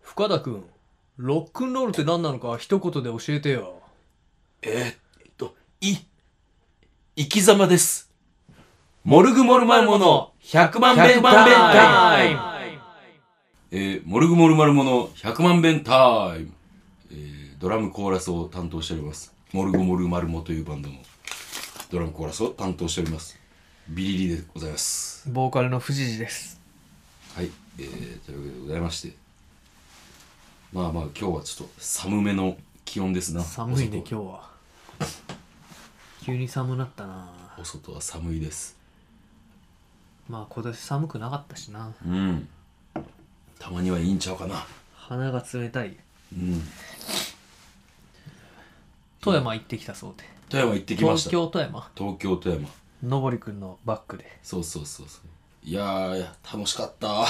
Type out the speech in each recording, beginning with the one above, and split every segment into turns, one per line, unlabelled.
深田君ロックンロールって何なのか一言で教えてよ
えーっと、い、生き様です。モルグモルマルモの100万遍
100万遍タイム
えーモルグモルマルモの100万遍タイム。えードラムコーラスを担当しております。モルグモルマルモというバンドのドラムコーラスを担当しております。ビリリでございます。
ボーカルの藤次です
はい、えーというわけでございまして。まあまあ今日はちょっと寒めの気温ですな。
寒いね
お外
今日は急に寒なったな
お外は寒いです。
まあ今年寒くなかったしな
うん。たまにはいいんちゃうかな。
鼻が冷たい
うん。
富山行ってきたそうで
富山行ってきま
東
した。
京富山
東京富山。
のぼりくんのバックで
そうそうそうそう。いやーいや楽しか った。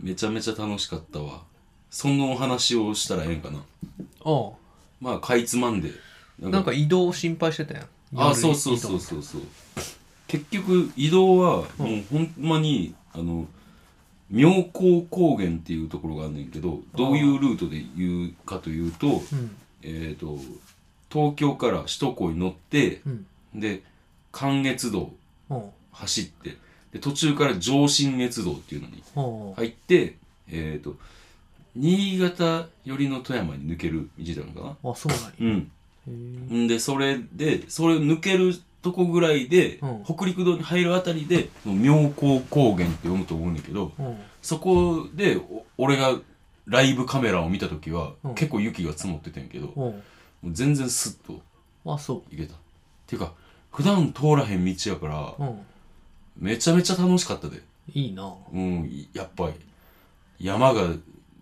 めちゃめちゃ楽しかったわ。そんなお話をしたらええんかな。
お
まあ、かいつまんで。な
うなんか移動を心配してたやん
あ、そうそうそうそうそう。結局、移動は、もうほんまに、あの、妙高高原っていうところがあんねんけど、どういうルートで言うかというと、
うん
えっ、と、東京から首都高に乗って、
うん
で、関越道
おう
走って、で、途中から上信越道っていうのに
おう
入って、えっ、と、新潟寄りの富山に抜ける道なのか
あそうなんや
なうん。
へー
んで、それで、それを抜けるとこぐらいで、
うん
北陸道に入るあたりで、その妙高高原って読むと思うんだけど、
おう
そこで、お俺がライブカメラを見たときは、
うん
結構雪が積もっててんけど、も
おう
う全然スッと
あそ
行けた。てか、普段通らへん道やから
う、うん
めちゃめちゃ楽しかったで。
いいな
うん、いやっぱり、山が、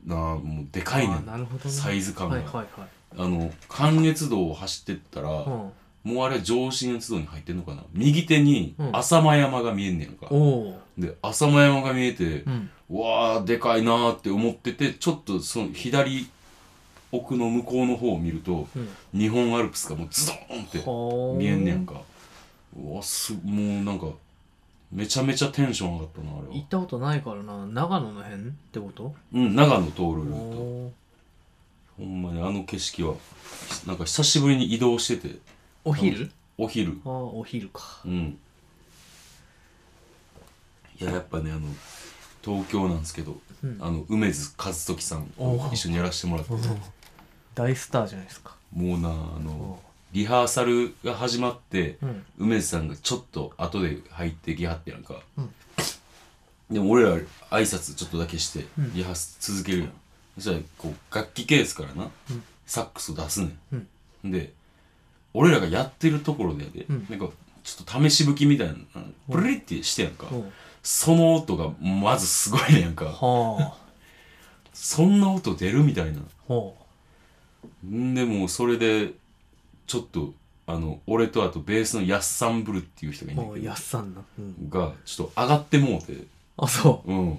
なあもうでかいね
あ
ん。
なるほどね
サイズ感が。
はいはいはい
あの、関越道を走ってったら、
うん
もうあれは上信越道に入ってんのかな右手に
うん
浅間山が見えんねやんか。
おう
で、浅間山が見えて、
うん
うわー、でかいなーって思ってて、ちょっとその左奥の向こうの方を見ると、
うん
日本アルプスがもうズドーンって
はあ
見えんねやんか。うわ、す、もうなんか、めちゃめちゃテンション上がったな、あれ
行
は
っ。たことないからな長野の辺ってこと
うん、長野通るルート。
おー
ほんまにあの景色は、なんか久しぶりに移動してて、
お昼
お昼。
ああお昼か
うん。いや、やっぱね、あの、東京なんですけど、
うん
あの、梅津和時さん
おう
一緒にやらせてもらって、
大スターじゃないですか
もうな、あ
おう
の、リハーサルが始まって、
うん
梅津さんがちょっと後で入ってきはってやんか。
うん
でも俺ら挨拶ちょっとだけして
うん、
リハース続けるやん。そしたら、こう、楽器ケースからな、
うん
サックスを出すねん。
うん
で俺らがやってるところでやで、
うん
なんかちょっと試し吹きみたいなプリってしてやんか、
おう
その音がまずすごいねやんか
はあ
そんな音出るみたいな
ほ
んでもうそれでちょっとあの俺とあとベースのヤッサンブルっていう人が
う
いるん
ほ
だ
う
けど
やっさんなうん
がちょっと上がってもうて
あそ
うん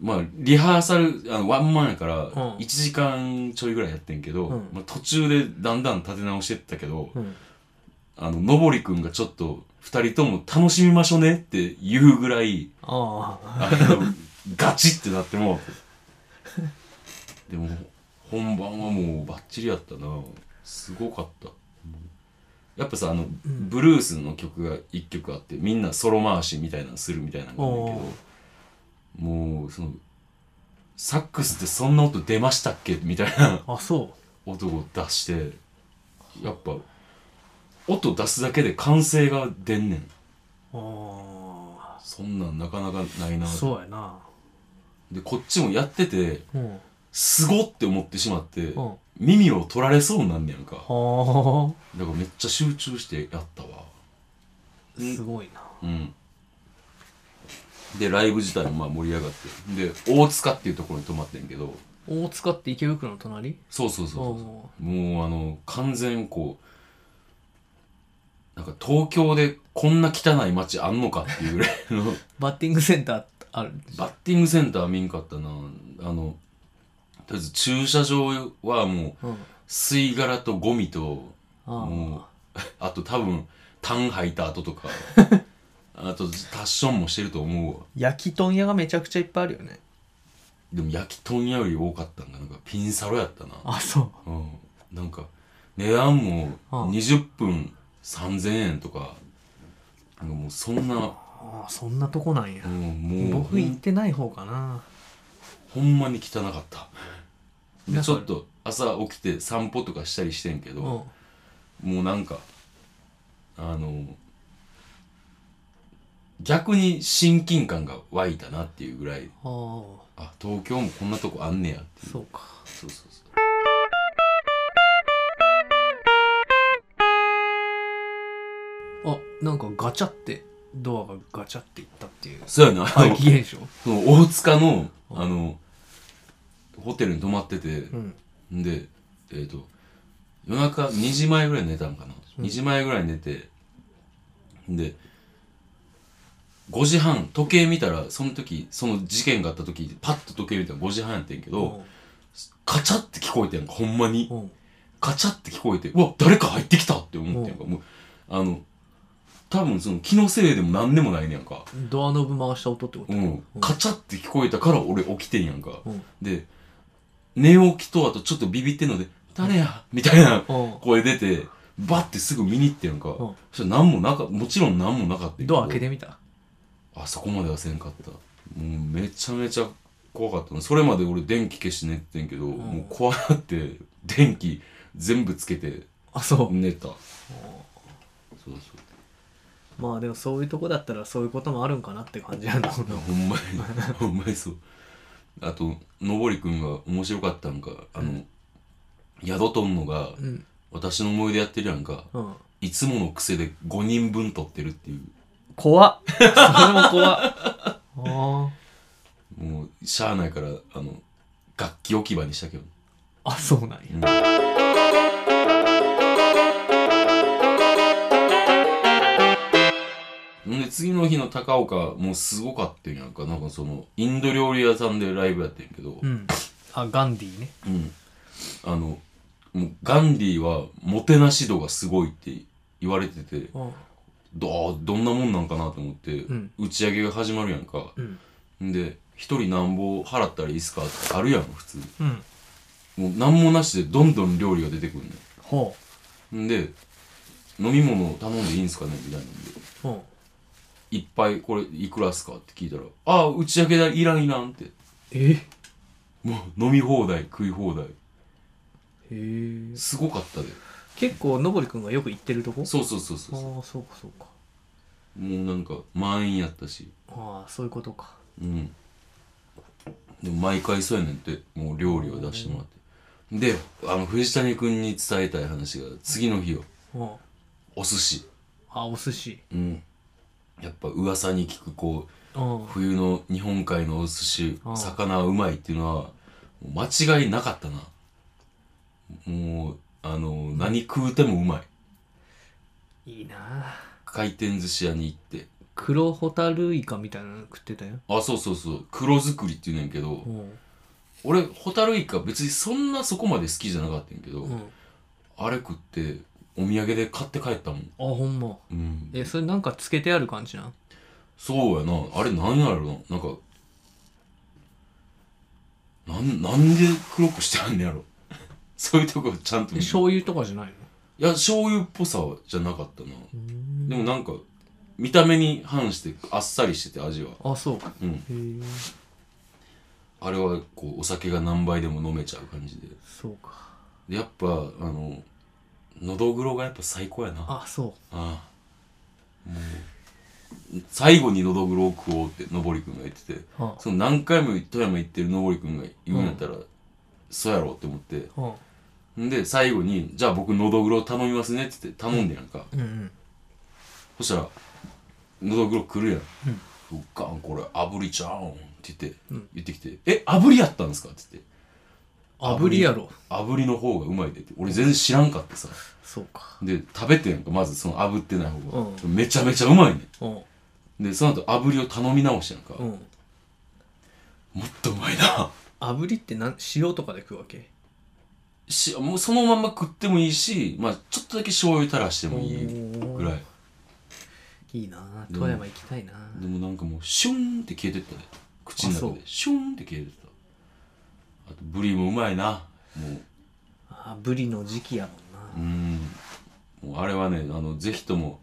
まあリハーサルあのワンマンやから
ん
1時間ちょいぐらいやってんけど、
うん
まあ、途中でだんだん立て直してったけど、
ううん
あの、のぼりくんがちょっと、二人とも楽しみましょうねって言うぐらい、
ああ
あの、ガチってなってもうて。でも、本番はもうバッチリやったなすごかった。やっぱさ、あの、ブルースの曲が一曲あって、みんなソロ回しみたいなのするみたいなのがあるんだけど、もう、その、サックスってそんな音出ましたっけみたいな。
あそ
音を出してやっぱ音出すだけで歓声が出んねん
うあ
そんなんなかなかないな
あそうやな
でこっちもやってて
うんうん
すごって思ってしまって
は
耳を取られそうになんねやん
あ
かだからめっちゃ集中してやったわうん
すごいな
うんでライブ自体もまあ盛り上がってで大塚っていうところに泊まってんけど
大塚って池袋の隣
そうそうそうそ
お
うもうあの完全こうなんか東京でこんな汚い街あんのかっていうぐらい の
うバッティングセンターある
バッティングセンター見んかったなあのとりあえず駐車場はもう
うん
吸い殻とゴミともう
あ
あと多分タン吐いた後 とかあとタッションもしてると思うわ
あ焼き豚屋がめちゃくちゃいっぱいあるよね
でも焼き豚より多かったんがなんかピンサロやったな
あそう
うんなんか値段も
うん
20分3000円とかなんかもうそんな、
ああそんなとこなんや
うん、もうほ
僕行っ
ん
てない方かな
ほんまに汚かった
だ
で
から
ちょっと朝起きて散歩とかしたりしてんけ
う
ど、
んは
もうなんかあの逆に親近感が湧いたなっていうぐらい
あそ
あ東京もこんなとこあんねやっていう
うか
そうそうそう
あなんかガチャってドアがガチャっていったっていう
そうや な、
怪奇現象
その大塚の
うん
あのホテルに泊まってて
うん
んでえっ、と夜中2時前ぐらいに寝たんかな、
うん
2時前ぐらいに寝てで5時半時計見たらその時その事件があった時パッと時計見たら5時半やってんけど、カチャって聞こえてんかほんまに
うんうん
カチャって聞こえてうわ誰か入ってきたって思ってんかもうあの多分その気のせいでも何でもないねやんか
ドアノブ回した音ってこと
うんカチャって聞こえたから俺起きてんやんか
うん
で寝起きとあとちょっとビビってんので「誰や?」みたい
う
な
ん
声出てバッてすぐ見に行ってんやんか
うん
そしたら何もなかもちろん何もなかったんやけど
ドア開けてみた
あそこまではせんかったもうめちゃめちゃ怖かったのそれまで俺電気消して寝てんけど、
ん
もう怖なって電気全部つけて
あそう
寝たそうそう
まあでもそういうとこだったらそういうこともあるんかなって感じや な
ほんまに ほんまにそうあとのぼりくんが面白かったんかあの、宿とんのが
うん
私の思い出やってるやんか
うん
いつもの癖で5人分取ってるっていう
怖っそれも怖っ あー
もうしゃあないからあの楽器置き場にしたけど
あそうなんや
んで次の日の高岡もうすごかったんやんかなんかそのインド料理屋さんでライブやってんけど、
うんあガンディーね
うんあのもうガンディーはもてなし度がすごいって言われてて
うん
どうどんなもんなんかなと思って、
ん
打ち上げが始まるやんか
うん
んで一人なんぼ払ったらいいっすかってあるやん普通
うん
もう何もなしでどんどん料理が出てくるねん
ほ
んで、飲み物頼んでいいんすかねみたいなんで、
うほ
いっぱいこれいくらっすかって聞いたら、ああ、打ち上げだ、いらんいらんって。
うんえへ
もう飲み放題、食い放題。
え
すごかったで。
結構のぼりくんがよく行ってるとこ
そうそうそうそう。
ああそうかそうか
もうなんか満員やったし。
ああそういうことか
うん。でも毎回そうやねんって、もう料理を出してもらって。で、あの、藤谷くんに伝えたい話が、次の日よ、
うん
お寿司。
あお寿司
うん。やっぱ噂に聞く、こう、
うん
冬の日本海のお寿司
うん
魚はうまいっていうのはもう間違いなかったなもうあの何食うてもうまい
いいなあ
回転寿司屋に行って
黒ホタルイカみたいなの食ってたよ
あそうそうそう黒作りっていうねんけど
うん
俺ホタルイカ別にそんなそこまで好きじゃなかったんやけど、
うん
あれ食ってお土産で買って帰ったもん
あほんま
うん
えそれなんかつけてある感じなん
そうやなあれなんやろななんかなんなんで黒くしてあんねやろ そういうとこちゃんと
え
見て
醤油とかじゃないの
いや、醤油っぽさじゃなかったな。
うん
でもなんか、見た目に反してあっさりしてて味は。
あそう
う
へ
ん。
え
あれはこう、お酒が何杯でも飲めちゃう感じで。
そうか
で、やっぱ、あの、のどぐろがやっぱ最高やな。あ
あそう
あ。もう、最後にのどぐろを食おうって、のぼりくんが言ってて。
は
その何回も富山行ってるのぼりくんが言うんやったら、そうやろって思って。
あは
んで、最後に、じゃあ僕のどぐろ頼みますねって言って頼んでやんか。
あうんうん
そしたら、のどぐろ来るやん。うっかん、これ、炙りちゃうんって言って、
うん
言ってきて、え、炙りやったんですかって言って、
炙りやろ
炙りの方がうまいでって、俺全然知らんかってさ。
そうか
で、食べてんやんか、まずその炙ってない方が。
う
めちゃめちゃうまいね
うん
ん。で、その後炙りを頼み直してやんか。
うん
もっとうまいな。
炙りってなん塩とかで食うわけ
し、もうそのまま食ってもいいし、まあちょっとだけ醤油垂らしてもいいぐらい。
いいいなあ富山行きたいなあ
でもなんかもう、シュンって消えてったで。口の
あそ
中
う
で。シュンって消えてった。まいなもう
あブリの時期やもんな
うんもうあれはねあのぜひとも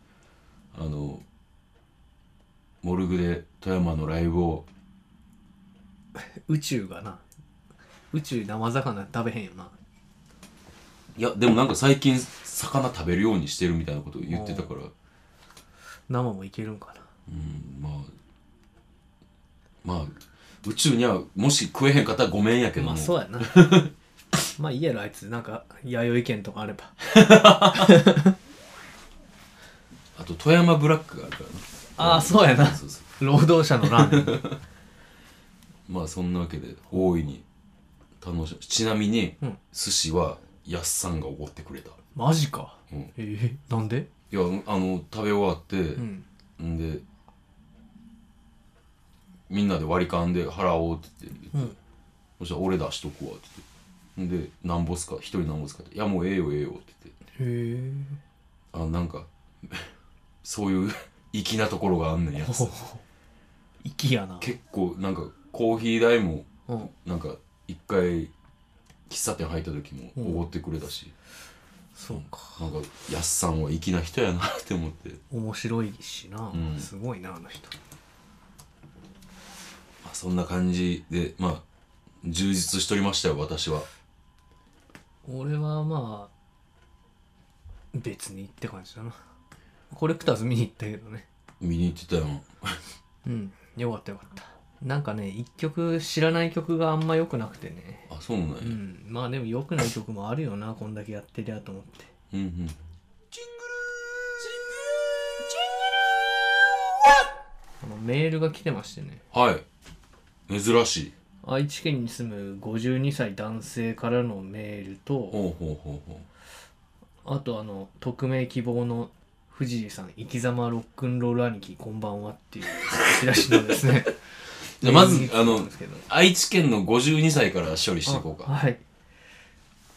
あのモルグで富山のライブを
宇宙がな宇宙生魚食べへんよない
やでもなんか最近魚食べるようにしてるみたいなこと言ってたから
生もいけるんかな
うんまあまあ宇宙にはもし食えへんかったらごめんやけども、
まあそうや なまあいいやろあいつなんか弥生県とかあれば
あと富山ブラックがあるからな
ああそうやな
そうそう
労働者のラーメ ン
まあそんなわけで大いに楽しみちなみに、
うん
寿司はやっさんがおごってくれた
マジか、
うん
えー、なんで
いやあの食べ終わって、
うん
んでみんなで割り勘で払おうって言って、
うん
そしたら俺出しとくわって言ってんでなんぼっすか一人なんぼっすかっていやもうええよええよって言って
へえ
あなんかそういう粋なところがあんねんや つ
息やな
結構なんかコーヒー代も
うん
なんか一回喫茶店入った時も
うん
おごってくれたし、
そうか
なんかやっさんは粋な人やなって思って
面白いしな、
うん
すごいなあの人
まあ、そんな感じでまあ充実しとりましたよ私は
俺はまあ別にって感じだなコレクターズ見に行ったけどね
見に行ってたよ
うんよかったよかったなんかね一曲知らない曲があんま良くなくてね
あそうなんや、
うんまあでも良くない曲もあるよなこんだけやってりゃと思って
うんうん。
あのメールが来てましてね
はい。珍しい。
愛知県に住む52歳男性からのメールと
ほうほうほうほ
あとあの匿名希望の藤井さん生き様ロックンロール兄貴こんばんはっていうチラシのです ね
う。じゃ あま
メール
ず、
が来
あ
てたん
の
です、けど
愛知県の52歳から処理していこう
あ
か。
はい。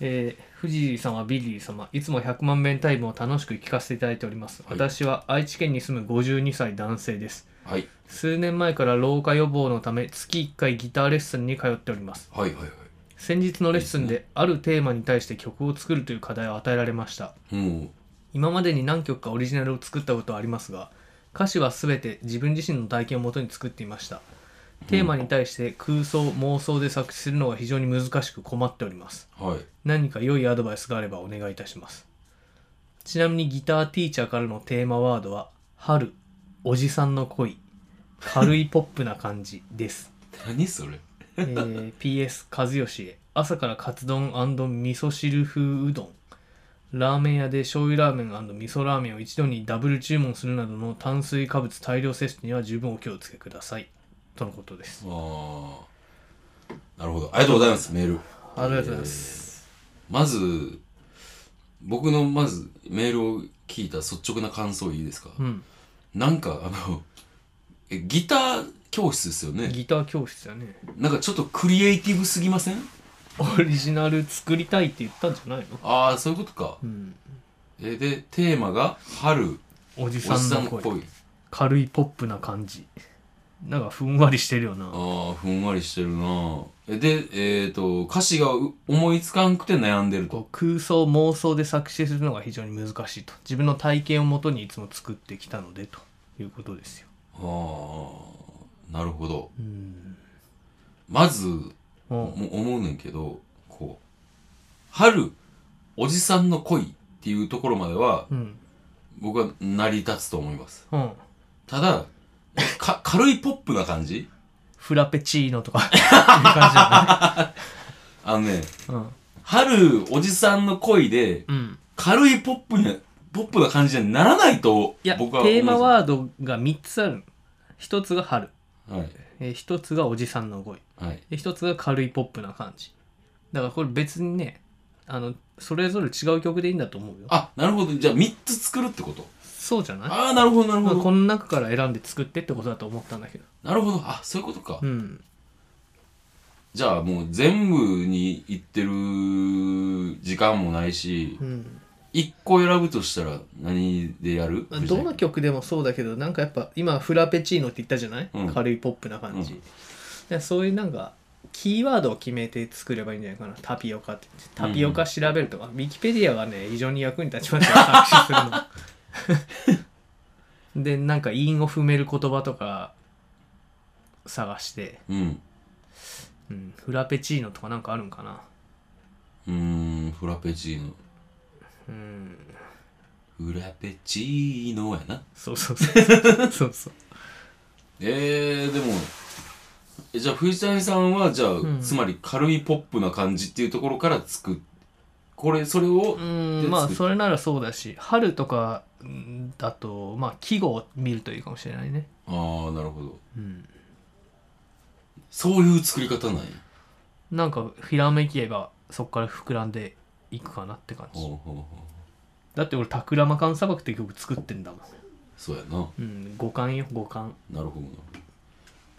えー、藤井様、ビリー様、いつも100万遍タイムを楽しく聞かせていただいております。
はい
私は愛知県に住む52歳男性です。
はい。
数年前から老化予防のため、月1回ギターレッスンに通っております。
はいはいはい。
先日のレッスンで、あるテーマに対して曲を作るという課題を与えられました。
うん。
今までに何曲かオリジナルを作ったことはありますが歌詞は全て自分自身の体験をもとに作っていましたテーマに対して空想妄想で作詞するのが非常に難しく困っております
はい。
何か良いアドバイスがあればお願いいたしますちなみにギターティーチャーからのテーマワードは「春」「おじさんの恋」「軽いポップな感じ」 です、
何それ
えー PS 和義へ朝からカツ丼味噌汁風うどんラーメン屋で醤油ラーメン味噌ラーメンを一度にダブル注文するなどの炭水化物大量摂取には十分お気をつけくださいとのことです
ああ。なるほど。ありがとうございます、メール。
ありがとうございます、
まず、僕のまずメールを聞いた率直な感想いいですか、
うん
なんかあの、えギター教室ですよね。
ギター教室だね
なんかちょっとクリエイティブすぎません
オリジナル作りたいって言ったんじゃないの
ああ、そういうことか
う。ん
えーでテーマが「春
おじ
おじ
さん
さん
の
っ
声
ぽい」
軽いポップな感じなんかふんわりしてるよな
ああふんわりしてるなぁえでえっ、と歌詞がう思いつかんくて悩んでると
こう空想妄想で作詞するのが非常に難しいと自分の体験をもとにいつも作ってきたのでということですよ
ああなるほど
うん
まず
も
も思うねんけどこう「春おじさんの恋」っていうところまでは
ううん
僕は成り立つと思います
うん
ただか軽いポップな感じ
フラペチーノと かいう感じだ
あのね
ね
「春おじさんの恋」で
うん、うん、
軽いポップにポップな感じにはならないと
いやテ
僕は思うんです
ーマワードが3つあるの1つが春、
はい
えー、1つがおじさんの声
はい。
で1つが軽いポップな感じだからこれ別にねあのそれぞれ違う曲でいいんだと思うよ
あ、なるほど。じゃあ3つ作るってこと。
そうじゃない
ああ、なるほど、なる
まあ
ほ
こ
ど。
の中から選んで作ってってことだと思ったんだけど
なるほど。あ、そういうことか
う。ん
じゃあもう全部に行ってる時間もないし
う、ん
1個選ぶとしたら何でやる
どの曲でもそうだけどなんかやっぱ今フラペチーノって言ったじゃない、
うん
軽いポップな感じ、
うん
でそういうなんかキーワードを決めて作ればいいんじゃないかなタピオカってタピオカ調べるとか、ウィキペディアがね非常に役に立ちますよ作詞する のでなんか韻を踏める言葉とか探して、
うん
うん、フラペチーノとかなんかあるんかな
うーんフラペチーノ
うん
フラペチーノやな
そうそうそう そうそう
えー、でもえじゃあ藤谷さんはじゃあ、
ん
つまり軽いポップな感じっていうところから作っこれそれを
う
で
んまあ
作っ
それならそうだし春とかうんだとまあ季語を見るといいかもしれないね
ああなるほど
うん
そういう作り方なんや
なんかひらめけばそこから膨らんでいくかなって感じ
ほうほうほう
だって俺「タクラマカン砂漠」って曲作ってんだもん
そうやな
うん五感よ五感
なるほどな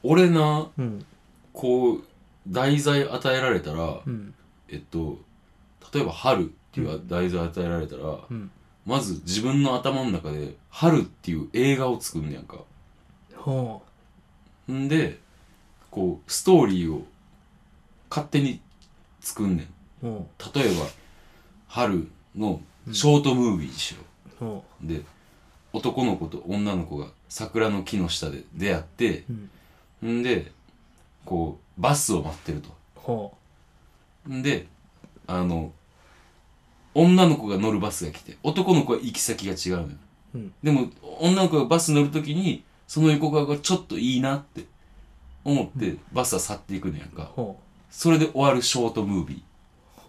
俺な
うん
こう題材与えられたら
うん
えっと例えば「春」っていう題材与えられたら、
うん
まず自分の頭の中で「春」っていう映画を作んねやんか
ほ
んでこうストーリーを勝手に作んね
う
ん
ほ
例えば「春」のショートムービーにしよ
うほ
う、で男の子と女の子が桜の木の下で出会って
ううん
んでこうバスを待ってると
ほ
んであの女の子が乗るバスが来て男の子は行き先が違うのよ、
うん
でも女の子がバス乗る時にその横側がちょっといいなって思って、バスは去っていくのやん
う
か
ほ
それで終わるショートムービ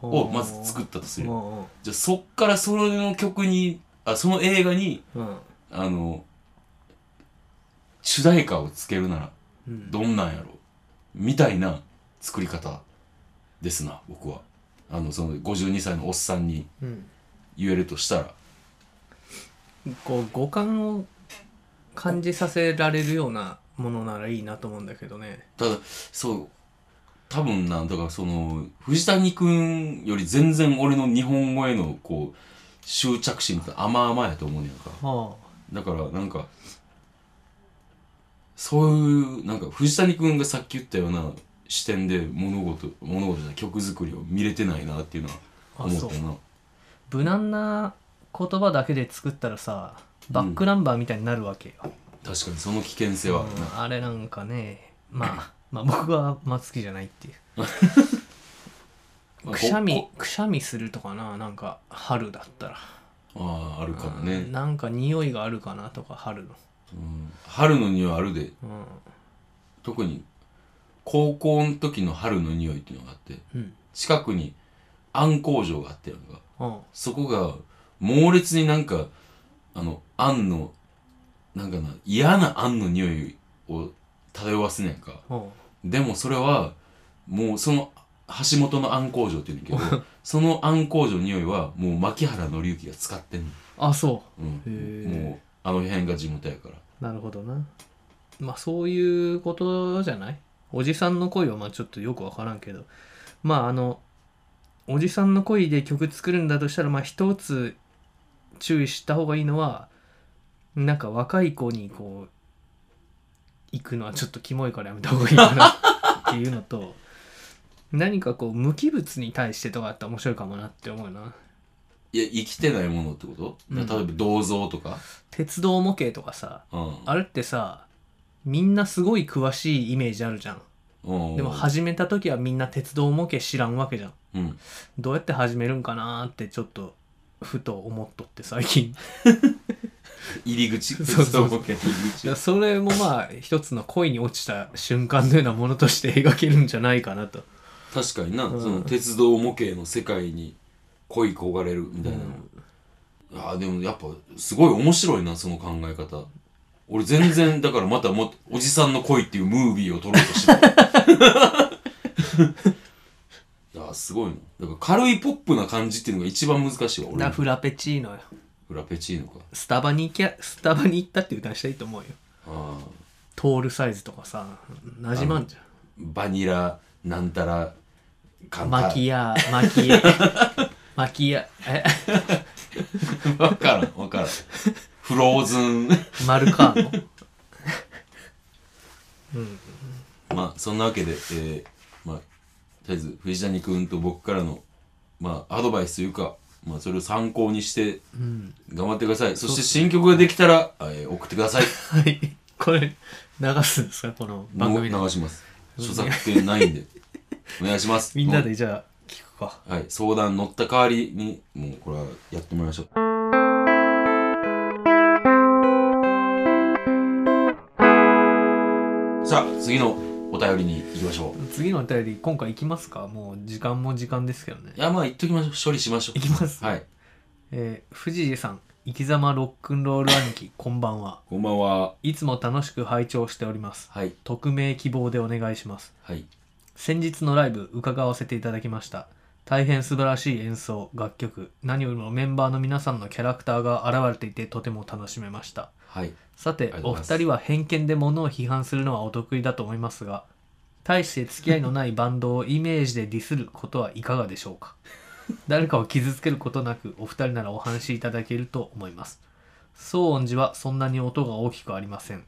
う
ー
ほう
をまず作ったとする
ほ
じゃあそっからその曲にあその映画に
ううん
あの主題歌をつけるなら
うん
どんなんやろみたいな作り方ですな僕はあのその52歳のおっさんに
うん
言えるとしたら
こう五感を感じさせられるようなものならいいなと思うんだけどね
ただそう多分なだからその藤谷君より全然俺の日本語へのこう執着心って甘々やと思うねやんか
は
だからなんかそういうなんか藤谷君がさっき言ったような視点で物事物事じゃない曲作りを見れてないなっていうのは
あ
思った
そう
な
無難な言葉だけで作ったらさバックナンバーみたいになるわけよ、
確かにその危険性はあるな、
うんあれなんかねまあまあ僕はまあ好きじゃないっていう
まあ
くしゃみ
こ
くしゃみするとかななんか春だったら、
あああるかも
うん
ね、
なんか匂いがあるかなとか春の、
うん春の匂いあるで
うん
特に高校の時の春の匂いっていうのがあって
うん
近くにあん工場があってやんか
うん、
そこが猛烈になんかあのあんのなんかな嫌なあんの匂いを漂わすねんか
うん
でもそれはもうその橋本のあん工場って言うん だけどそのあん工場の匂いはもう牧原紀之が使ってんの
あそ
うん、
へえ
もうあの辺が地元やから
うなるほどなまあそういうことじゃないおじさんの恋はまあちょっとよくわからんけどまああのおじさんの恋で曲作るんだとしたらまあ一つ注意した方がいいのはなんか若い子にこう行くのはちょっとキモいからやめた方がいいかなっていうのと何かこう無機物に対してとかあったら面白いかもなって思うない
や生きてないものってこと、
うん
例えば銅像とか、
鉄道模型とかさ
うん、
あれってさみんなすごい詳しいイメージあるじゃん
うん
でも始めた時はみんな鉄道模型知らんわけじゃん
うん
どうやって始めるんかなーってちょっとふと思っとって最近
入り口
そうそうそう
鉄道模型入り
い
口
やそれもまあ一つの恋に落ちた瞬間のようなものとして描けるんじゃないかなと
確かにな、
うん
その鉄道模型の世界に恋焦がれるみたいなの、あーでもやっぱすごい面白いなその考え方俺全然 だからまたもおじさんの恋っていうムービーを撮ろうとしてた いやーすごいなだから軽いポップな感じっていうのが一番難しいわ俺
な
の
フラペチーノよ
フラペチーノか
スタバに行きゃスタバに行ったって歌いしたらいいと思うよ
ああ
トールサイズとかさなじまんじゃ
バニラなんたらか
ん
んた
マキヤーマキヤ マキヤえ
わからんわからんフローズン
マルカーノ
まあそんなわけで、えーまあ、りあえず藤谷君と僕からの、まあ、アドバイスというか、まあ、それを参考にして
うん。
頑張ってくださいそして新曲ができたら、えー送ってください
はい。これ、流すんですかこの 番組
も
の。
う流します著作権ないんでお願いします
みんなでじゃあ、聞くか。
はい、相談乗った代わりにもうこれはやってもらいましょうさあ次のお便りに行きましょう
次のお便り、今回行きますかもう時間も時間ですけどね
い。やまあ言っときましょう処理しましょう
行きます
はい
えー、藤井さん、生き様ロックンロール兄貴、こんばんは。
こんばんはい
つも楽しく拝聴しております。
はい
匿名希望でお願いします。
はい
先日のライブ伺わせていただきました大変素晴らしい演奏楽曲何よりもメンバーの皆さんのキャラクターが現れていてとても楽しめました
はい
さて
ありがとう
お
ございます
二人は偏見で物を批判するのはお得意だと思いますが対して付き合いのないバンドをイメージでディスることはいかがでしょう か誰かを傷つけることなくお二人ならお話しいただけると思います騒音時はそんなに音が大きくありません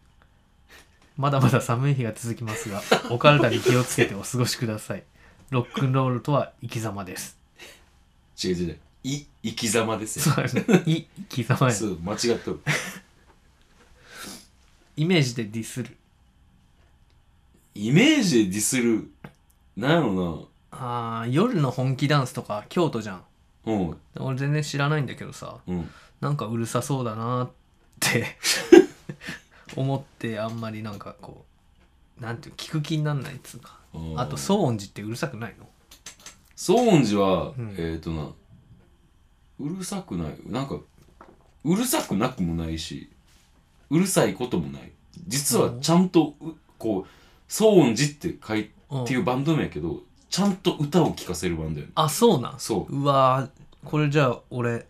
まだまだ寒い日が続きます がお体に気をつけてお過ごしくださいロックンロールとは生き様です
違う違う違うい生き様です
そ
よ
うですね い生き様や
そう間違っとる
イメージでディスる
イメージでディスるなんやろ
あー夜の本気ダンスとか京都じゃん
なうん
俺全然知らないんだけどさ
うん
なんかうるさそうだなーって 思ってあんまりなんかこうなんていうの聞く気になんないっつうか
ー
あと騒音寺ってうるさくないの
騒音寺は、
うん
えっ、ー、となうるさくないなんかうるさくなくもないしうるさいこともない実はちゃんとうこう騒音寺って書い
うん
っていうバンド名やけどちゃんと歌を聴かせるバンドやね
あそうなん
そう
うわーこれじゃあ俺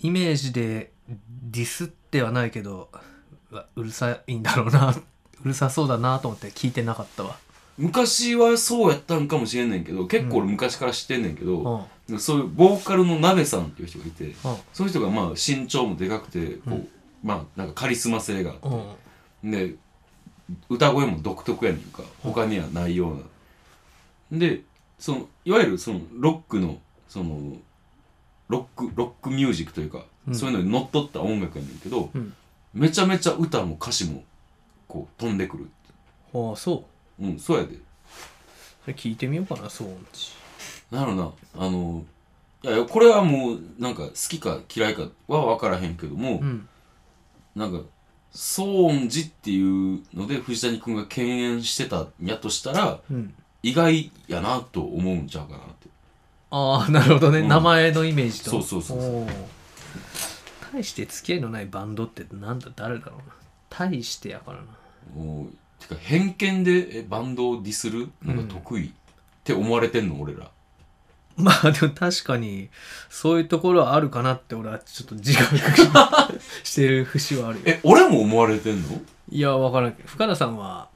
イメージでディスってはないけどうわうるさいんだろうな うるさそうだなと思って聞いてなかったわ
昔はそうやったんかもしれんねんけど結構俺昔から知ってんねんけ
うんう
ど、
ん
そういうボーカルの鍋さんっていう人がいてその人がまあ身長もでかくてこう、
うん
まあなんかカリスマ性があって
うん
で歌声も独特やねんか他にはないようなでそのいわゆるそのロックのそのロックロックミュージックというか、
うん
そういうのにのっとった音楽やねんけど、
うん
めちゃめちゃ歌も歌詞もこう飛んでくる
ああそう
うんそうやで
それ聞いてみようかな騒音寺
なるなあのいやいやこれはもうなんか好きか嫌いかは分からへんけども、
うん
なんか騒音寺っていうので藤谷君が敬遠してたんやとしたら、
うん
意外やなと思うんちゃうかなって
ああなるほどね、
うん
名前のイメージと
そうそうそうそう
おー大して付き合いのないバンドってなんだ誰だろうな大してやからな
もうてか偏見でえバンドをディスるのが得意って思われてんの俺ら
まあでも確かにそういうところはあるかなって俺はちょっと自覚ししてる節はあ るよ
え俺も思われてんの
いやわからんけど深田さんは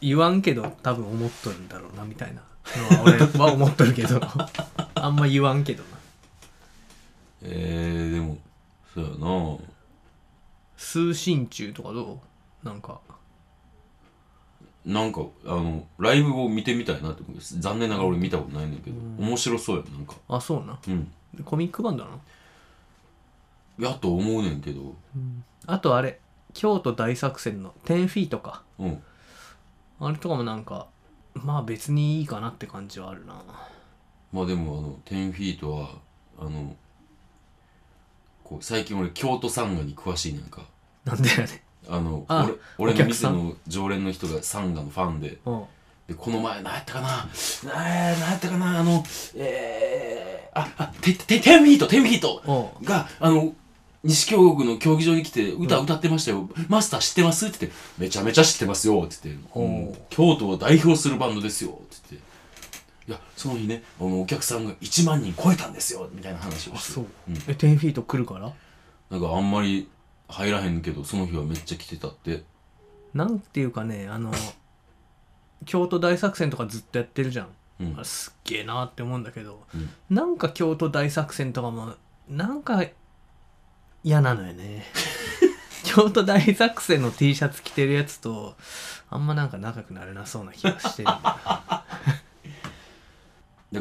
言わんけど多分思っとるんだろうなみたいなのは俺は思っとるけどあんま言わんけどな
えー、でもそうやな
通信中とかどうなんか
なんかあのライブを見てみたいなって思う残念ながら俺見たことないねんだけど、
うん
面白そうやなんか
あそうな
うん
コミックバンドなの
やと思うねんけど
あとあれ京都大作戦の10フィートか
うん
あれとかもなんかまあ別にいいかなって感じはあるな
まあでもあの10フィートはあのこう最近俺京都サンガに詳しいねんか
なんだよね
あの
あ
俺
お
俺の
客
店
さん
の常連の人がサンガのファンで
うん
でこの前何やったかなえー、何やったかなあのえー、ああテテテンフィートテンフィート
うん
があの西京極の競技場に来て歌歌ってましたよ、マスター知ってますって言ってめちゃめちゃ知ってますよって言って、
おー
うん京都を代表するバンドですよって言っていやその日ねあのお客さんが1万人超えたんですよみたいな話を
あ
して
そう、
ん
え10フィート来るから
なんかあんまり入らへんけどその日はめっちゃ来てたって
なんていうかねあの京都大作戦とかずっとやってるじゃん
うん
あれすっげえなって思うんだけど、
うん
なんか京都大作戦とかもなんか嫌なのよね 京都大作戦の T シャツ着てるやつとあんまなんか仲良くなれなそうな気がしてるんだよ
だ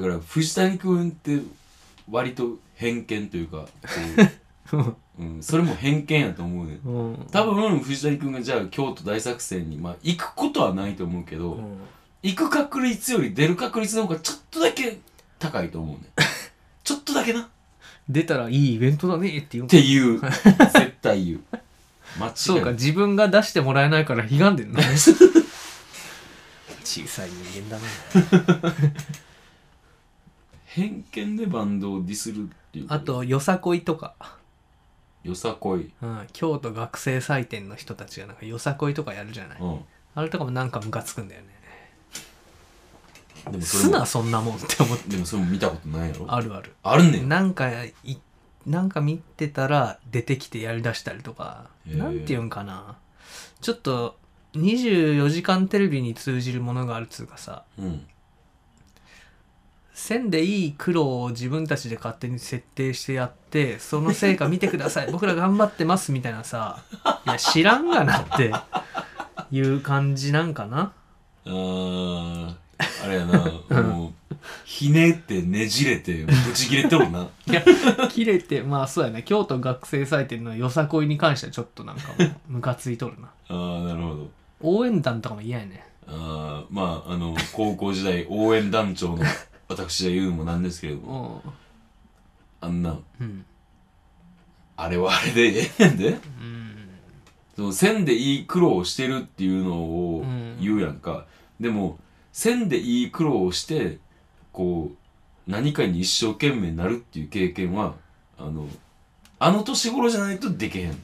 から藤谷君って割と偏見というかこ う、うん、それも偏見やと思うね
うん
多分藤谷君がじゃあ京都大作戦に、まあ、行くことはないと思うけど、
うん
行く確率より出る確率の方がちょっとだけ高いと思うねちょっとだけなっ
出たらいいイベントだねって言うんか
ていう絶対言う間違いない
そうか自分が出してもらえないから悲願でんだね 小さい人間だな
偏見でバンドをディスるっていう
あとよさこいとか、
よさこい、
うん、京都学生祭典の人たちがなんかよさこいとかやるじゃない
うん、
あれとかもなんかムカつくんだよね
でもそ
す
れ
な
も
そんなもんって思って
でもそれも見たことないやろあ
あるある
るねん
なんかいなんか見てたら出てきてやりだしたりとか、
へー
なんていうんかなちょっと24時間テレビに通じるものがあるっつうかさ
うん
線でいい苦労を自分たちで勝手に設定してやってその成果見てください 僕ら頑張ってますみたいなさいや知らんがなっていう感じなんかな
あーあれやなもうひねってねじれてブチ切れてもな
いや切れてまあそうやね京都学生祭典のよさこいに関してはちょっとなんかもうムカついとるな
あーなるほど
応援団とかも嫌やね
あーまああの高校時代応援団長の私が言うのもなんですけれども
も
あんな
ううん
あれはあれでええねんで
うん
その線でいい苦労をしてるっていうのを
うん
言うやんか、でも線でいい苦労をしてこう何かに一生懸命なるっていう経験はあのあの年頃じゃないとできへん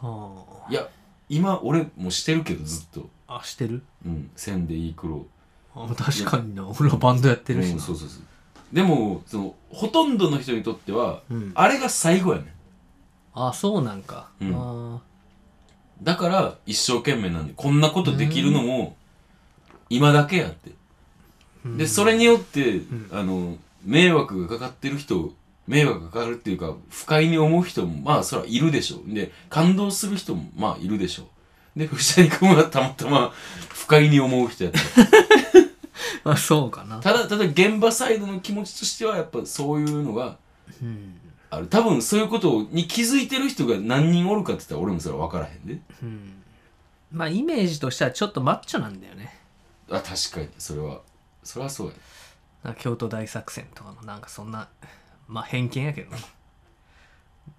はい
や今俺もしてるけどずっと、
ああしてる
うん、線でいい苦労
あ確かにな俺はバンドやってるし
うん
な
そうそうそうでもそのほとんどの人にとっては
うん
あれが最後やねん
あそうなんか
うん
あ
だから一生懸命なんでこんなことできるのも今だけやって
ー
で、それによって、
ん
あの、迷惑がかかってる人、迷惑がかかるっていうか、不快に思う人も、まあ、そらいるでしょう。で、感動する人も、まあ、いるでしょう。で、藤谷君はたまたま、不快に思う人やった。
あそうかな
ただ、ただ、現場サイドの気持ちとしては、やっぱそういうのが
うん
ある。多分、そういうことに気づいてる人が何人おるかって言ったら、俺もそれは分からへんで。
うんまあイメージとしてはちょっとマッチョなんだよね
あ、確かに、それは。それはそうや。
なんか京都大作戦とかのなんかそんなまあ偏見やけどな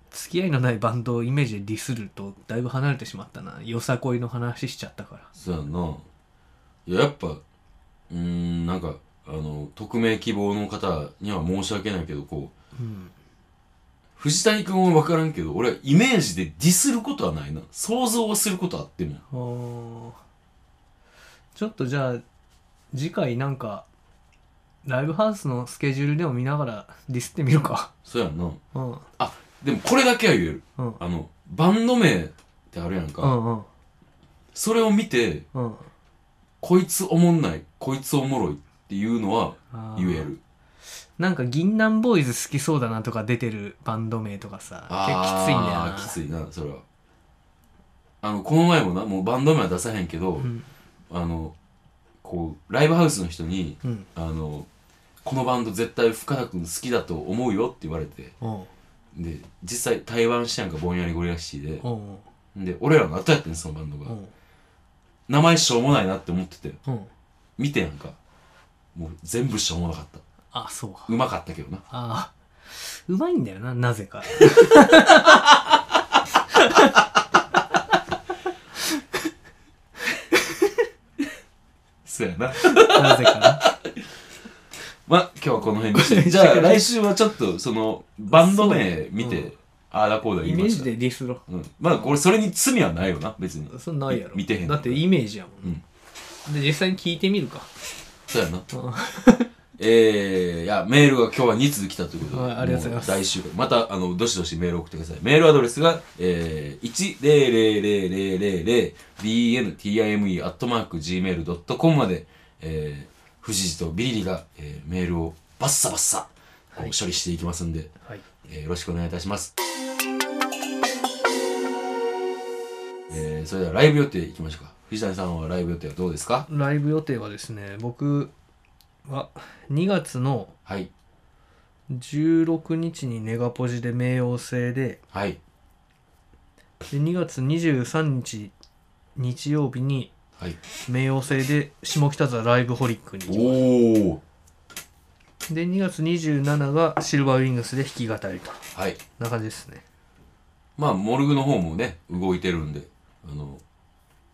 付き合いのないバンドをイメージでディスるとだいぶ離れてしまったなよさこいの話しちゃったから
そうやんないややっぱうーんなんかあの匿名希望の方には申し訳ないけどこう
うん
藤谷君は分からんけど俺はイメージでディスることはないな想像はすることはあっても
おーちょっとじゃあ次回なんかライブハウスのスケジュールでも見ながらディスってみるか
そうやんな
うんうん
でもこれだけは言える
うん
あのバンド名ってあるやんか、
うん
それを見て
うん
こいつおもんないこいつおもろいっていうのは
あー
言える
なんか銀杏ボーイズ好きそうだなとか出てるバンド名とかさ結構きついんだよ
あ
な
ーきついなそれはあのこの前もなもうバンド名は出さへんけど、
うん
あのこうライブハウスの人に
うん
あのこのバンド絶対深田君好きだと思うよって言われて
おう
で実際台湾シアンかぼんやりゴリラシティで
おう
で俺らの後やってんそのバンド
お
が
う
名前しょうもないなって思ってて
おう
見てなんかもう全部しょうもなかった
あそう
うまかったけどな
ああうまいんだよななぜか
そうやな
なぜかな
まあ今日はこの辺にしてじゃあ来週はちょっとそのバンド名見
そ
て、
ううん
ああだこうだ
イ
言い
メ
ま
ー
し
ジ
た
でディスろ
うん、まあこれそれに罪はないよな別に
そんなんないやろ
見てへん
だってイメージやもん、で実際に聞いてみるか
そうやな
うん
えー、いや、メールが今日は2通来たということで、
はいありがとうございます
も来週から、また、あの、どしどしメール送ってください。メールアドレスが、えー、1000000bntime.gmail.com まで、えー、藤士とビリリが、えーメールをバッサバッサ、こう処理していきますんで、
はい
えーよろしくお願いいたします。えー、それではライブ予定いきましょうか。藤谷さんはライブ予定はどうですか
ライブ予定はですね僕は2月の
はい
16日にネガポジで冥王星で
はい
で2月23日日曜日に
はい
冥王星で下北沢ライブホリックに行きま
おお
すで2月27がシルバーウィングスで弾き語りと
はい
な感じですね
まあモルグの方もね動いてるんであの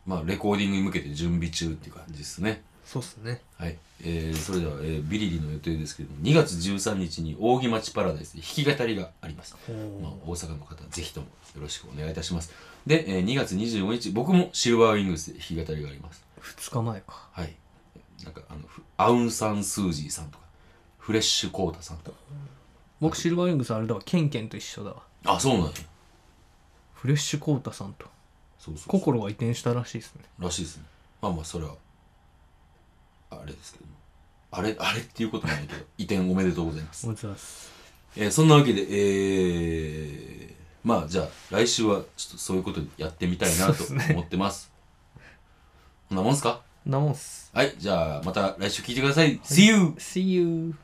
まあレコーディングに向けて準備中っていう感じですね
そうっすね
はい、えー、それでは、えービリリの予定ですけれども2月13日に扇町パラダイスで弾き語りがあります
おー
まあ、大阪の方ぜひともよろしくお願いいたしますで、えー2月25日僕もシルバーウィングスで弾き語りがあります
2日前か
はいなんかあのふアウン・サン・スージーさんとかフレッシュ・コータさんとか
僕シルバーウィングスあれだわケンケンと一緒だわ
あそうなんや
フレッシュコータさんと
そうそうそう
心が移転したらしいですね
らしいですねまあまあそれはあれですけどもあれあれっていうことないけど 移転おめでとうございます
おめでとうございます
えーそんなわけで、えー、まあじゃあ来週はちょっとそういうことやってみたいなと思ってます。 こんなもんすか
なもんっす
はい、じゃあまた来週聞いてください。See you!
See you